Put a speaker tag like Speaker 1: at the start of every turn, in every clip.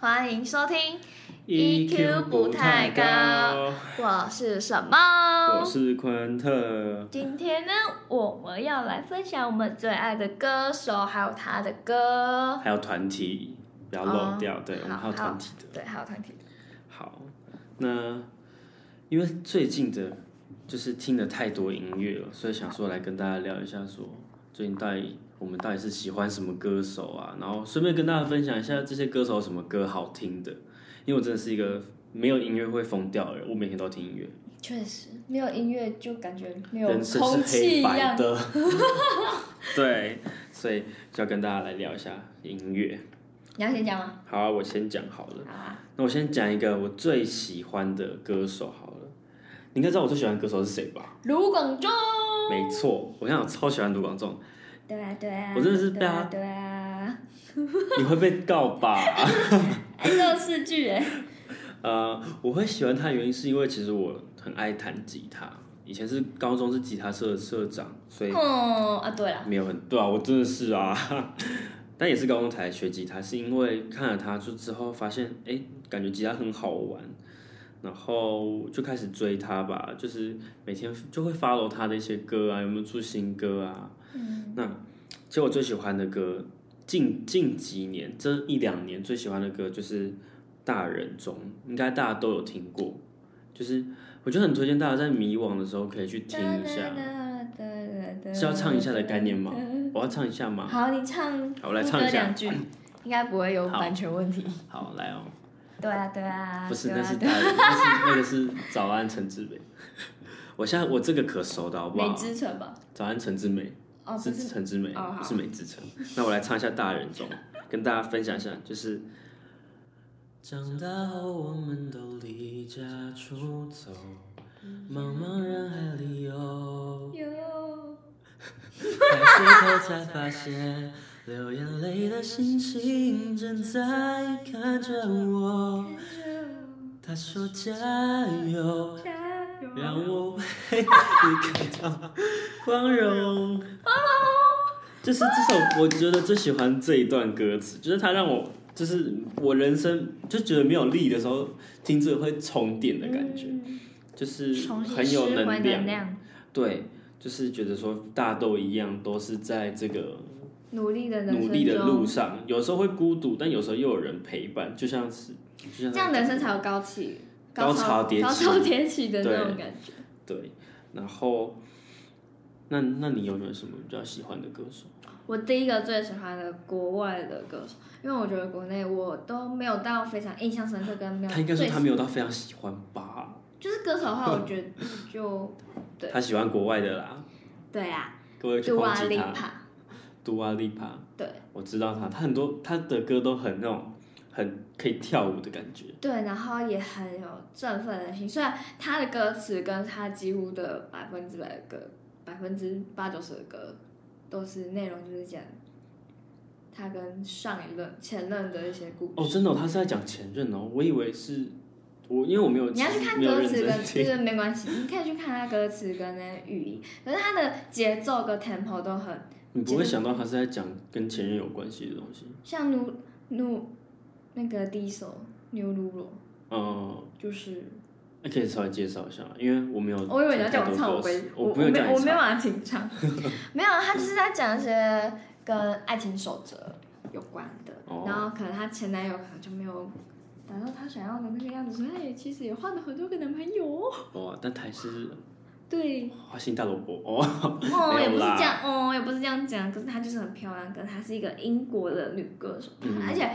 Speaker 1: 欢迎收听，EQ E 不太高，我是什么？
Speaker 2: 我是昆特。
Speaker 1: 今天呢，我们要来分享我们最爱的歌手，还有他的歌。
Speaker 2: 还有团体，不要
Speaker 1: 哦
Speaker 2: 漏掉。对，我们还有团体的。
Speaker 1: 对，还有团体的。
Speaker 2: 好，那因为最近的，就是听了太多音乐了，所以想说来跟大家聊一下说，最近到底我们到底是喜欢什么歌手啊？然后顺便跟大家分享一下这些歌手有什么歌好听的，因为我真的是一个没有音乐会疯掉的人，我每天都听音乐，
Speaker 1: 确实，没有音乐就感觉没有
Speaker 2: 人生
Speaker 1: 空
Speaker 2: 是
Speaker 1: 气
Speaker 2: 黑
Speaker 1: 一
Speaker 2: 白
Speaker 1: 样。
Speaker 2: 的。 对，所以就要跟大家来聊一下音乐。
Speaker 1: 你要先讲吗？
Speaker 2: 好、啊，我先讲好了。
Speaker 1: 好啊，
Speaker 2: 那我先讲一个我最喜欢的歌手好了，你应该知道我最喜欢的歌手是谁吧？
Speaker 1: 卢广仲。
Speaker 2: 没错，我想我超喜欢卢广仲，
Speaker 1: 对啊，对啊。
Speaker 2: 我真的是被
Speaker 1: 对
Speaker 2: 他
Speaker 1: 啊，对啊。
Speaker 2: 你会被告吧？
Speaker 1: 哎，这四句哎，
Speaker 2: 呃，我会喜欢他的原因是因为其实我很爱弹吉他，以前是高中是吉他社的社长，所以
Speaker 1: 嗯啊，对了，
Speaker 2: 没有很对啊，我真的是啊， 但也是高中才学吉他，是因为看了他就之后发现，哎、感觉吉他很好玩，然后就开始追他吧，就是每天就会 follow 他的一些歌啊，有没有出新歌啊？嗯，那其实我最喜欢的歌，近近几年这一两年最喜欢的歌就是《大人中》，应该大家都有听过，就是我觉得很推荐大家在迷惘的时候可以去听一下，是要唱一下的概念吗？
Speaker 1: 嗯
Speaker 2: 我要唱一下吗？
Speaker 1: 好，你唱，
Speaker 2: 好我来唱一下
Speaker 1: 两句，应该不会有版权问题。
Speaker 2: 好，来哦，
Speaker 1: 对啊，对啊，
Speaker 2: 不是，
Speaker 1: 对
Speaker 2: 那
Speaker 1: 啊
Speaker 2: 是大人，那是那个是早安陈志美。 我现在我这个可熟的好不
Speaker 1: 美
Speaker 2: 好？
Speaker 1: 之城吧？
Speaker 2: 早安陈志美
Speaker 1: 哦，不
Speaker 2: 是
Speaker 1: 是，
Speaker 2: 陈志美，
Speaker 1: 哦好
Speaker 2: 不是美之城。那我来唱一下《大人中》，跟大家分享一下，就是。长大后我们都离家出走，
Speaker 1: 嗯
Speaker 2: 茫茫人海里游，
Speaker 1: 哟，
Speaker 2: 抬起头才发现，流眼泪的心情正在看着我。他说加油，让我为你感到光荣。就是这首，我觉得最喜欢这一段歌词，就是它让我，就是我人生就觉得没有力的时候，听着会充电的感
Speaker 1: 嗯
Speaker 2: 觉，就是
Speaker 1: 重新
Speaker 2: 很有
Speaker 1: 拾回
Speaker 2: 能
Speaker 1: 能
Speaker 2: 量。
Speaker 1: 量，
Speaker 2: 对，就是觉得说大家都一样，都是在这个
Speaker 1: 努力的人生
Speaker 2: 努力的路
Speaker 1: 中，
Speaker 2: 上，有时候会孤独，但有时候又有人陪伴，就像是就像
Speaker 1: 这样人生才有高起，
Speaker 2: 高
Speaker 1: 潮
Speaker 2: 潮迭起
Speaker 1: 高潮迭起的那种感觉。
Speaker 2: 对，然后，那那你有没有什么比较喜欢的歌手？
Speaker 1: 我第一个最喜欢的国外的歌手，因为我觉得国内我都没有到非常印象深刻，跟没有
Speaker 2: 他应该说
Speaker 1: 最
Speaker 2: 他没有到非常喜欢吧，
Speaker 1: 就是歌手的话，我觉得就对
Speaker 2: 他喜欢国外的啦，
Speaker 1: 对啊，
Speaker 2: 各位去
Speaker 1: 就
Speaker 2: 抨
Speaker 1: 瓦
Speaker 2: 击
Speaker 1: 力
Speaker 2: 他。
Speaker 1: 帕，
Speaker 2: 杜阿丽帕，
Speaker 1: 对
Speaker 2: 我知道他，他很多他的歌都很那种很可以跳舞的感觉，
Speaker 1: 对，然后也很有振奋人心。虽然他的歌词跟他几乎的百分之百的歌，百分之八九十的歌都是内容就是讲他跟上一任前任的一些故
Speaker 2: 哦，
Speaker 1: 事。
Speaker 2: 真的哦、他是在讲前任哦，我以为是我，因为我没有
Speaker 1: 你要去看
Speaker 2: 没有
Speaker 1: 歌
Speaker 2: 认
Speaker 1: 词
Speaker 2: 真
Speaker 1: 跟，就
Speaker 2: 听，
Speaker 1: 是没关系，你可以去看他歌词跟那语音，可是他的节奏跟 tempo 都很
Speaker 2: 你不会想到他是在讲跟前任有关系的东西，
Speaker 1: 像努努那个第一首牛卢罗，
Speaker 2: 嗯。
Speaker 1: 就是
Speaker 2: 那可以稍微介绍一下吗，因为我没有听太多
Speaker 1: 我
Speaker 2: 歌手。
Speaker 1: 以为你要叫我唱，我没，我
Speaker 2: 我不
Speaker 1: 没
Speaker 2: 用叫你唱，
Speaker 1: 我没办法紧 张，没有，他就是在讲一些跟爱情守则有关的，
Speaker 2: 哦
Speaker 1: 然后可能她前男友可能就没有达到她想要的那个样子，所以她也其实也换了很多个男朋友，
Speaker 2: 哇，哦但台是
Speaker 1: 对，
Speaker 2: 花心大萝卜哦，
Speaker 1: 哦，
Speaker 2: 没
Speaker 1: 也
Speaker 2: 有
Speaker 1: 不是
Speaker 2: 啦
Speaker 1: 这样，哦，也不是这样讲，可是她就是很漂亮，可是她是一个英国的女歌手，
Speaker 2: 嗯
Speaker 1: 而且。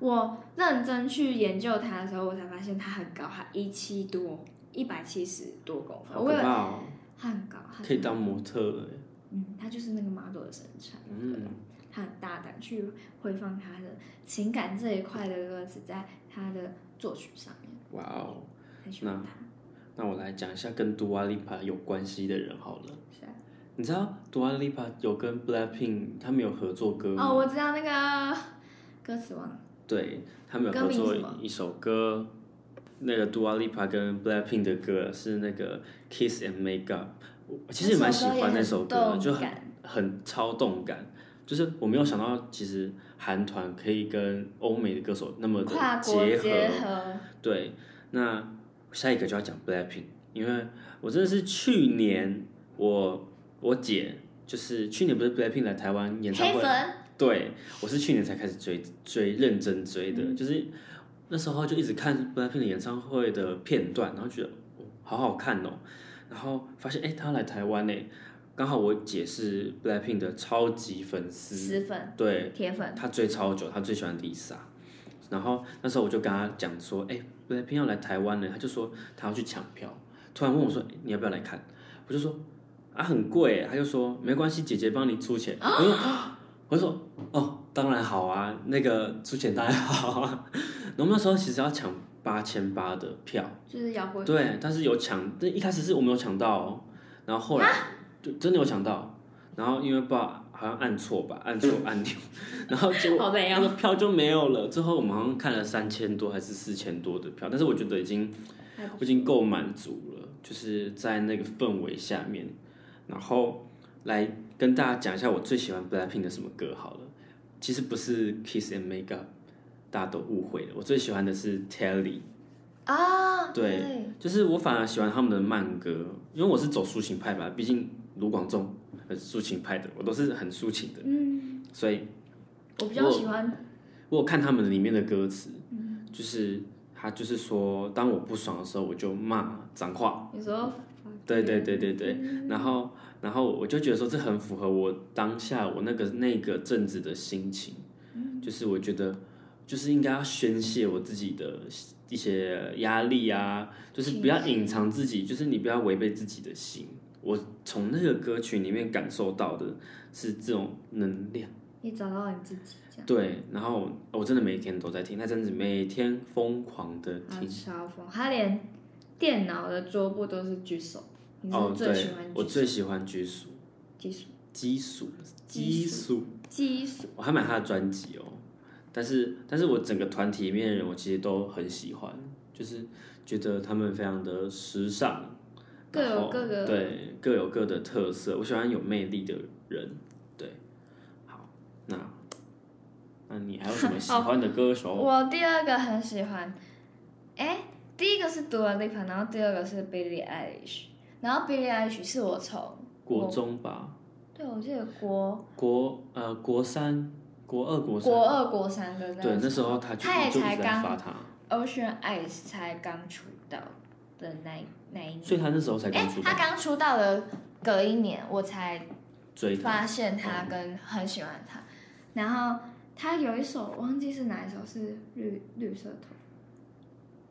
Speaker 1: 我认真去研究她的时候，我才发现她很高，她一七多，一百七十多公分，
Speaker 2: 好
Speaker 1: 我
Speaker 2: 可
Speaker 1: 有
Speaker 2: 怕哦，
Speaker 1: 她很高，她
Speaker 2: 可以当模特了耶，
Speaker 1: 嗯，他就是那个 model 的身材，
Speaker 2: 嗯，
Speaker 1: 他很大胆去回放他的情感这一块的歌词在他的作曲上面，
Speaker 2: 哇哦，
Speaker 1: 很喜欢他。
Speaker 2: 那我来讲一下跟杜阿丽帕有关系的人好了。
Speaker 1: 是啊
Speaker 2: 你知道杜阿丽帕有跟 Blackpink 他们有合作歌吗？
Speaker 1: 哦，我知道那个歌词忘了，
Speaker 2: 对，他们有
Speaker 1: 歌
Speaker 2: 合
Speaker 1: 名
Speaker 2: 作
Speaker 1: 是什么
Speaker 2: 一首歌，那个杜阿丽帕跟 Blackpink 的歌是那个 Kiss and Make Up，我其实也蛮喜欢那首歌的，
Speaker 1: 那
Speaker 2: 就
Speaker 1: 首歌也
Speaker 2: 很
Speaker 1: 很动感
Speaker 2: 很超动感。就是我没有想到，其实韩团可以跟欧美的歌手那么的
Speaker 1: 跨国
Speaker 2: 结
Speaker 1: 结合，
Speaker 2: 对，那下一个就要讲 Blackpink，因为我真的是去年我我姐就是去年不是 Blackpink 来台湾演唱
Speaker 1: 黑
Speaker 2: 会，
Speaker 1: 粉
Speaker 2: 对我是去年才开始追追认真追的，就是那时候就一直看 Blackpink 的演唱会的片段，然后觉得哦好好看哦，然后发现哎、她来台湾呢，刚好我姐是 Blackpink 的超级粉丝，
Speaker 1: 死粉
Speaker 2: 对，
Speaker 1: 铁粉，
Speaker 2: 他追超久，他最喜欢 Lisa。然后那时候我就跟他讲说，哎、b l a c k p i n k 要来台湾了，他就说他要去抢票，突然问我说、诶你要不要来看？我就说啊很贵耶，他就说没关系，姐姐帮你出钱。我就说 啊我就说哦当然好啊，那个出钱当然好啊。 然后那时候其实要抢八千八的票。
Speaker 1: 就是摇滚，
Speaker 2: 对，但是有抢，但一开始是我没有抢到、哦，然后后来就真的有抢到，然后因为不知道好像按错吧，按错按钮， 然后结果
Speaker 1: 好哦没
Speaker 2: 那
Speaker 1: 有，
Speaker 2: 个票就没有了。最后我们好像看了三千多还是四千多的票，但是我觉得已经
Speaker 1: 还不
Speaker 2: 我已经够满足了，就是在那个氛围下面，然后来跟大家讲一下我最喜欢 BLACKPINK 的什么歌好了。其实不是 Kiss and Make Up，大家都误会了。我最喜欢的是 Telly。
Speaker 1: 啊，
Speaker 2: 对就是我反而喜欢他们的慢歌，因为我是走抒情派吧，毕竟卢广仲很抒情派的，我都是很抒情的，嗯，所以
Speaker 1: 我比较喜欢
Speaker 2: 我有看他们里面的歌词，就是他就是说，当我不爽的时候，我就骂脏话，
Speaker 1: 你说，
Speaker 2: 对对对对对，然后然后我就觉得说这很符合我当下我那个那个阵子的心情，就是我觉得就是应该要宣泄我自己的一些压力啊，就是不要隐藏自己，就是你不要违背自己的心。我从那个歌曲里面感受到的是这种能量，
Speaker 1: 你找到你自己这样，
Speaker 2: 对。然后哦我真的每天都在听，那阵子每天疯狂的
Speaker 1: 他
Speaker 2: 听。
Speaker 1: 啊超疯，他连电脑的桌布都是举手，你
Speaker 2: 哦
Speaker 1: 是，最
Speaker 2: 对
Speaker 1: 喜欢，
Speaker 2: 我
Speaker 1: 举
Speaker 2: 最喜欢拘束，
Speaker 1: 技术
Speaker 2: 激素，
Speaker 1: 激
Speaker 2: 激素，
Speaker 1: 技术
Speaker 2: 我还买他的专辑哦，但是但是我整个团体里面的人，我其实都很喜欢，就是觉得他们非常的时尚，
Speaker 1: 各有
Speaker 2: 然后
Speaker 1: 各个
Speaker 2: 对各有各的特色。我喜欢有魅力的人，对，好，那那你还 有什么喜欢的歌手？
Speaker 1: 我第二个很喜欢，哎、第一个是 Dua Lipa，然后第二个是 Billie Eilish，然后 Billie Eilish 是我从
Speaker 2: 国中吧，
Speaker 1: 对我记得国
Speaker 2: 国呃国三、国二、国三，
Speaker 1: 国二国三的那
Speaker 2: 对
Speaker 1: 个，
Speaker 2: 那时候他就
Speaker 1: 他也
Speaker 2: 就一
Speaker 1: 才
Speaker 2: 直在
Speaker 1: 刚
Speaker 2: 发他，
Speaker 1: Ocean Eyes 才刚出道的那一那一
Speaker 2: 所以
Speaker 1: 年，
Speaker 2: 他那时候才
Speaker 1: 哎、
Speaker 2: 刚出道
Speaker 1: 他，刚出道的隔一年我才
Speaker 2: 追他
Speaker 1: 发现他跟很喜欢他，然后他有一首忘记是哪一首是绿绿色头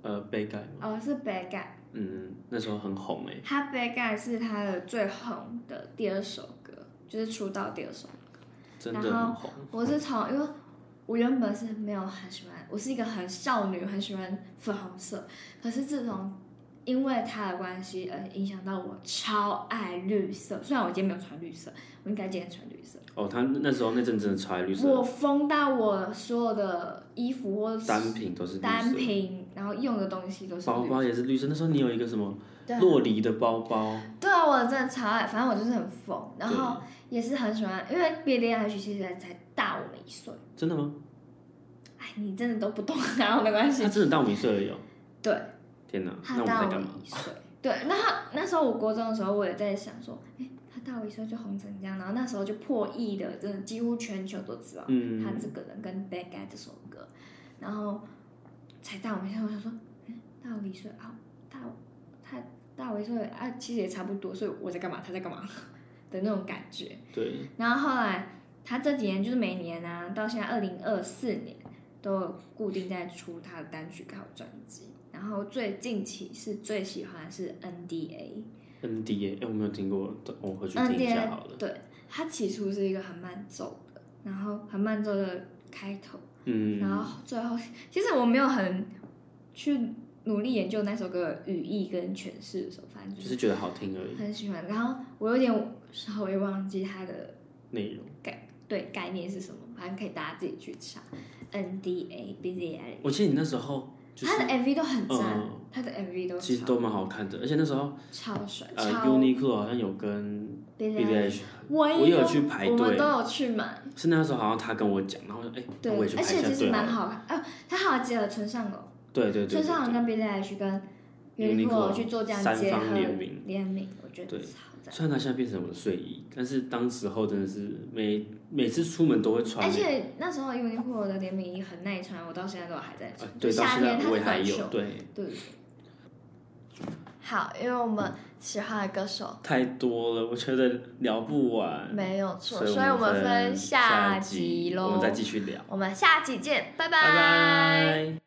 Speaker 2: 呃被盖，
Speaker 1: 发，哦是 Bad Guy，
Speaker 2: 嗯，那时候很红哎、
Speaker 1: 他 Bad Guy 是他的最红的第二首歌，就是出道第二首。
Speaker 2: 真
Speaker 1: 然
Speaker 2: 的
Speaker 1: 后
Speaker 2: 很红。
Speaker 1: 我是从因为我原本是没有很喜欢，我是一个很少女，很喜欢粉红色。可是自从因为他的关系，呃，影响到我超爱绿色。虽然我今天没有穿绿色，我应该今天穿绿色。
Speaker 2: 哦，他那时候那阵真的超爱绿色，
Speaker 1: 我疯到我所有的衣服或
Speaker 2: 单品都是绿
Speaker 1: 单
Speaker 2: 色，
Speaker 1: 品，然后用的东西都是
Speaker 2: 包
Speaker 1: 绿。
Speaker 2: 包也是绿色。那时候你有一个什么
Speaker 1: 对啊
Speaker 2: 洛梨的包包，
Speaker 1: 对啊，我真的超爱，反正我就是很疯，然
Speaker 2: 对
Speaker 1: 后也是很喜欢，因为 B D H 其实才大我们一岁。
Speaker 2: 真的吗？
Speaker 1: 哎，你真的都不懂， 然后没关系
Speaker 2: 他。真的大我们一岁而已哦。
Speaker 1: 对，
Speaker 2: 天哪，那
Speaker 1: 他
Speaker 2: 我们
Speaker 1: 大
Speaker 2: 在
Speaker 1: 我
Speaker 2: 干
Speaker 1: 们
Speaker 2: 嘛？
Speaker 1: 一岁。对，那他那时候我国中的时候，我也在想说，哎、他大我一岁就红成这样，然后那时候就破亿的，真的几乎全球都知道
Speaker 2: 嗯
Speaker 1: 他这个人跟《Bad Guy》这首歌，然后才大我一岁，我想说，哎、大我一岁啊，大我他大我一岁啊，其实也差不多，所以我在干嘛，他在干嘛的那种感觉。
Speaker 2: 对，
Speaker 1: 然后后来他这几年就是每年啊，到现在二零二四年都有固定在出他的单曲还有专辑。然后最近期是最喜欢的是 NDA，NDA
Speaker 2: ，NDA，哎、我没有听过，我回去听一下好了。
Speaker 1: 对，它起初是一个很慢奏的，然后很慢奏的开头，然
Speaker 2: 嗯，
Speaker 1: 后最后其实我没有很去努力研究那首歌的语义跟诠释的时候，反正就
Speaker 2: 就是是觉得好听而已，
Speaker 1: 很喜欢。然后我有点稍微忘记它的
Speaker 2: 内容。
Speaker 1: 对概念是什么，反正可以大家自己去查。NDA B Z I，
Speaker 2: 我记得你那时候就是
Speaker 1: 他的 MV 都很赞，
Speaker 2: 嗯，
Speaker 1: 他的 MV 都
Speaker 2: 其实
Speaker 1: 超
Speaker 2: 都蛮好看的，而且那时候
Speaker 1: 超帅，
Speaker 2: 呃
Speaker 1: 超
Speaker 2: Uniqlo 好像有跟
Speaker 1: B
Speaker 2: B B H，
Speaker 1: 我
Speaker 2: 我也有去排队
Speaker 1: 我们都有去买，
Speaker 2: 是那时候好像他跟我讲，然后我说哎，那
Speaker 1: 对，
Speaker 2: 我也去
Speaker 1: 而
Speaker 2: 拍一
Speaker 1: 且
Speaker 2: 下
Speaker 1: 其实
Speaker 2: 对
Speaker 1: 蛮
Speaker 2: 了，
Speaker 1: 好看，哦，他还有结合村上龙，
Speaker 2: 对对对
Speaker 1: 村上龙
Speaker 2: 对
Speaker 1: 跟 B H 跟 Uniqlo 去做这样
Speaker 2: 三
Speaker 1: 结合
Speaker 2: 方联名，
Speaker 1: 联名，我觉得
Speaker 2: 对
Speaker 1: 超赞。
Speaker 2: 虽然它现在变成我的睡衣，但是当时候真的是每每次出门都会穿
Speaker 1: 而
Speaker 2: 欸，
Speaker 1: 且那时候 Uniqlo 的联名衣很耐穿，我到现在都还在穿
Speaker 2: 呃。对，到
Speaker 1: 夏
Speaker 2: 现
Speaker 1: 天
Speaker 2: 在
Speaker 1: 它
Speaker 2: 我也
Speaker 1: 是
Speaker 2: 还
Speaker 1: 短
Speaker 2: 有，
Speaker 1: 袖。
Speaker 2: 对，
Speaker 1: 对对对。好，因为我们喜欢的歌手
Speaker 2: 太多了，我觉得聊不完，
Speaker 1: 没有错，所以
Speaker 2: 以
Speaker 1: 我们
Speaker 2: 分
Speaker 1: 分下
Speaker 2: 集
Speaker 1: 集
Speaker 2: 我
Speaker 1: 喽
Speaker 2: 们。再继续聊，
Speaker 1: 我们下集见，拜
Speaker 2: 拜拜。